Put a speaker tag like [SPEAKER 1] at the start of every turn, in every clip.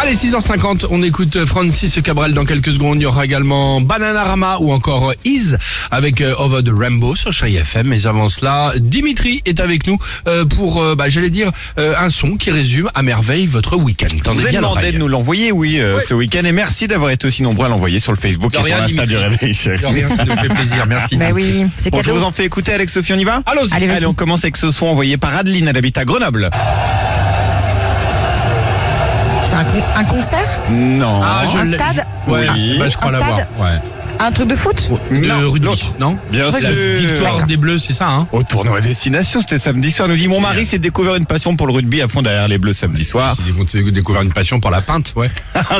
[SPEAKER 1] Allez, 6h50, on écoute euh, Francis Cabrel dans quelques secondes. Il y aura également Bananarama ou encore Is avec euh, Over the Rainbow sur Chai FM. Mais avant cela, Dimitri est avec nous euh, pour, euh, bah, j'allais dire, euh, un son qui résume à merveille votre week-end. Tendez
[SPEAKER 2] Vous avez
[SPEAKER 1] bien
[SPEAKER 2] demandé
[SPEAKER 1] l'oreille.
[SPEAKER 2] de nous l'envoyer, oui, euh, ce week-end. Et merci d'avoir été aussi nombreux à l'envoyer sur le Facebook
[SPEAKER 1] De
[SPEAKER 2] et sur
[SPEAKER 1] rien,
[SPEAKER 2] l'Insta du
[SPEAKER 1] Dimitri.
[SPEAKER 2] Réveil, chérie.
[SPEAKER 1] De rien, ça nous fait plaisir. Merci.
[SPEAKER 3] Bah oui, c'est
[SPEAKER 2] Bon, je
[SPEAKER 3] cadeau.
[SPEAKER 2] vous en fais écouter, Alex Sophie, on y va
[SPEAKER 1] Allons-y.
[SPEAKER 3] Allez, vas-y.
[SPEAKER 2] on commence avec ce son envoyé par Adeline, elle habite à Grenoble.
[SPEAKER 3] C'est un, con- un concert
[SPEAKER 2] Non.
[SPEAKER 1] Ah, je
[SPEAKER 3] Un
[SPEAKER 1] l'ai-
[SPEAKER 3] stade
[SPEAKER 1] Ouais,
[SPEAKER 2] Oui.
[SPEAKER 1] bah, je crois
[SPEAKER 3] Un
[SPEAKER 1] l'avoir.
[SPEAKER 3] stade
[SPEAKER 1] Ouais.
[SPEAKER 3] Un truc de foot
[SPEAKER 1] De
[SPEAKER 2] Non,
[SPEAKER 1] rugby,
[SPEAKER 2] l'autre.
[SPEAKER 1] non
[SPEAKER 2] Bien
[SPEAKER 1] La
[SPEAKER 2] sûr.
[SPEAKER 1] victoire des Bleus, c'est ça, hein
[SPEAKER 2] Au tournoi destination, c'était samedi soir. Nous dit mon mari s'est découvert une passion pour le rugby à fond derrière les bleus samedi soir.
[SPEAKER 1] C'est dé- découvert une passion pour la peinte, ouais.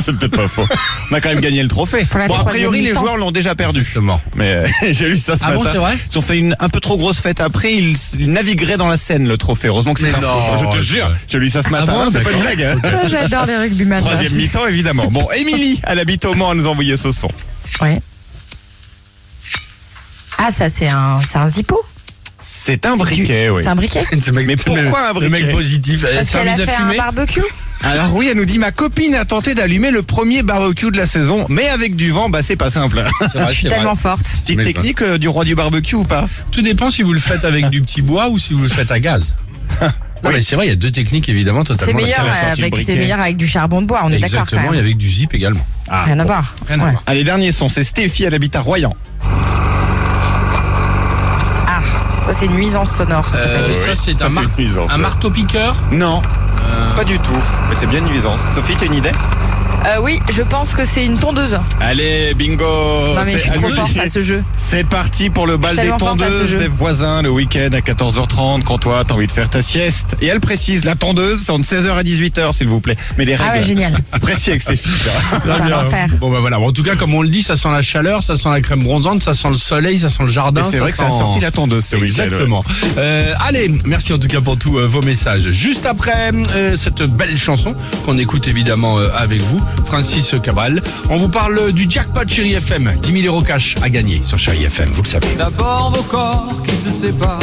[SPEAKER 2] c'est peut-être pas faux. On a quand même gagné le trophée.
[SPEAKER 3] Pour la
[SPEAKER 2] Bon, a
[SPEAKER 3] troisième
[SPEAKER 2] priori, les
[SPEAKER 3] mi-temps.
[SPEAKER 2] joueurs l'ont déjà perdu.
[SPEAKER 1] Exactement.
[SPEAKER 2] Mais euh, j'ai lu ça ce
[SPEAKER 1] Ah bon,
[SPEAKER 2] matin.
[SPEAKER 1] c'est vrai
[SPEAKER 2] ils ont fait une un peu trop grosse fête. Après, ils, ils navigueraient dans la Seine, le trophée. Heureusement que c'est
[SPEAKER 1] Mais
[SPEAKER 2] un
[SPEAKER 1] non,
[SPEAKER 2] Je
[SPEAKER 1] c'est
[SPEAKER 2] te jure,
[SPEAKER 1] vrai.
[SPEAKER 2] j'ai lu ça ce matin.
[SPEAKER 1] bon,
[SPEAKER 2] c'est pas une
[SPEAKER 1] d'accord.
[SPEAKER 2] blague. hein.
[SPEAKER 3] Ah, J'adore les rugbyman.
[SPEAKER 2] Troisième mi-temps, évidemment. Bon, Émilie, elle habite au Mans, elle nous a envoyé ce son.
[SPEAKER 3] Ouais. Ah, ça, c'est un, c'est un zippo
[SPEAKER 2] C'est un
[SPEAKER 3] Tu-
[SPEAKER 2] briquet, oui.
[SPEAKER 3] C'est un briquet
[SPEAKER 2] Mais pourquoi un
[SPEAKER 1] Le mec
[SPEAKER 2] briquet
[SPEAKER 1] positif, elle
[SPEAKER 3] Parce
[SPEAKER 1] s'est
[SPEAKER 3] qu'elle a
[SPEAKER 1] remise à
[SPEAKER 3] fait un
[SPEAKER 1] fumer.
[SPEAKER 3] barbecue
[SPEAKER 2] Ah, Alors oui, elle nous dit, ma copine a tenté d'allumer le premier barbecue de la saison, mais avec du vent, bah c'est pas simple.
[SPEAKER 1] C'est vrai,
[SPEAKER 3] Je suis
[SPEAKER 1] c'est vrai.
[SPEAKER 3] tellement forte.
[SPEAKER 2] Petite
[SPEAKER 1] Mais-
[SPEAKER 2] technique euh, du roi du barbecue ou pas
[SPEAKER 1] Tout dépend si vous le faites avec du petit bois ou si vous le faites à gaz. Non, mais c'est vrai, il y a deux techniques évidemment
[SPEAKER 3] C'est
[SPEAKER 1] totalement
[SPEAKER 3] meilleur,
[SPEAKER 2] elle a sorti le
[SPEAKER 3] avec-
[SPEAKER 2] briquet.
[SPEAKER 3] c'est meilleur avec du charbon de bois, on est d'accord quand
[SPEAKER 1] Exactement, et
[SPEAKER 3] même.
[SPEAKER 1] avec du zip également.
[SPEAKER 3] Rien à voir.
[SPEAKER 1] Rien à
[SPEAKER 3] Ouais.
[SPEAKER 1] voir.
[SPEAKER 2] Allez, dernier son, c'est Stéphie, elle habite à Royan.
[SPEAKER 3] Ah, quoi, c'est une nuisance sonore, ça s'appelle.
[SPEAKER 1] Euh, ça, c'est
[SPEAKER 2] Ça,
[SPEAKER 1] un,
[SPEAKER 2] c'est
[SPEAKER 1] mar-
[SPEAKER 2] une nuisance,
[SPEAKER 1] un
[SPEAKER 2] ouais.
[SPEAKER 1] marteau-piqueur.
[SPEAKER 2] Non,
[SPEAKER 1] Euh,
[SPEAKER 2] pas du tout, mais c'est bien une nuisance. Sophie, t'as une idée
[SPEAKER 3] Euh, oui, je pense que c'est une tondeuse.
[SPEAKER 2] Allez, bingo
[SPEAKER 3] non, mais je
[SPEAKER 2] Oh, C'est
[SPEAKER 3] suis trop
[SPEAKER 2] annulé.
[SPEAKER 3] forte à ce jeu.
[SPEAKER 2] C'est parti pour le bal
[SPEAKER 3] Je suis
[SPEAKER 2] des
[SPEAKER 3] tellement forte à ce
[SPEAKER 2] tondeuses
[SPEAKER 3] jeu.
[SPEAKER 2] des voisins le week-end à 14h30 quand toi t'as envie de faire ta sieste. Et elle précise, la tondeuse c'est entre 16h à 18h s'il vous plaît. Mais les règles,
[SPEAKER 3] Ah ouais, génial.
[SPEAKER 2] précis avec ses filles. hein. quoi.
[SPEAKER 3] C'est un enfer.
[SPEAKER 1] Bon bah voilà, Bon, en tout cas comme on le dit, ça sent la chaleur, ça sent la crème bronzante, ça sent le soleil, ça sent le jardin.
[SPEAKER 2] Et c'est vrai que ça a
[SPEAKER 1] sent-
[SPEAKER 2] sorti la tondeuse ce week-end. ouais.
[SPEAKER 1] Exactement. Euh, allez, merci en tout cas pour tous euh, vos messages. Juste après euh, cette belle chanson qu'on écoute évidemment euh, avec vous, Francis Cabral, on vous parle euh, du jackpot Chéri FM. 10 000 euros cash à gagner sur Chéri FM, vous le savez.
[SPEAKER 4] D'abord vos corps qui se séparent,